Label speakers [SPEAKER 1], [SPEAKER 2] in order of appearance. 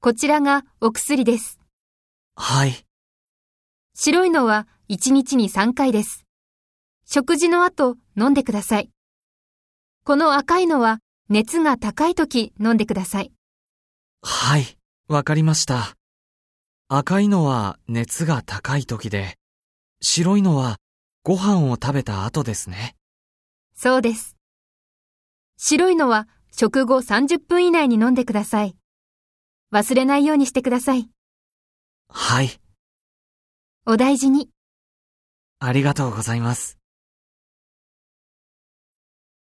[SPEAKER 1] こちらがお薬です。
[SPEAKER 2] はい。
[SPEAKER 1] 白いのは1日に3回です。食事の後飲んでください。この赤いのは熱が高い時飲んでください。
[SPEAKER 2] はい。わかりました。赤いのは熱が高い時で、白いのはご飯を食べた後ですね。
[SPEAKER 1] そうです。白いのは食後30分以内に飲んでください。忘れないようにしてください。
[SPEAKER 2] はい。
[SPEAKER 1] お大事に。
[SPEAKER 2] ありがとうございます。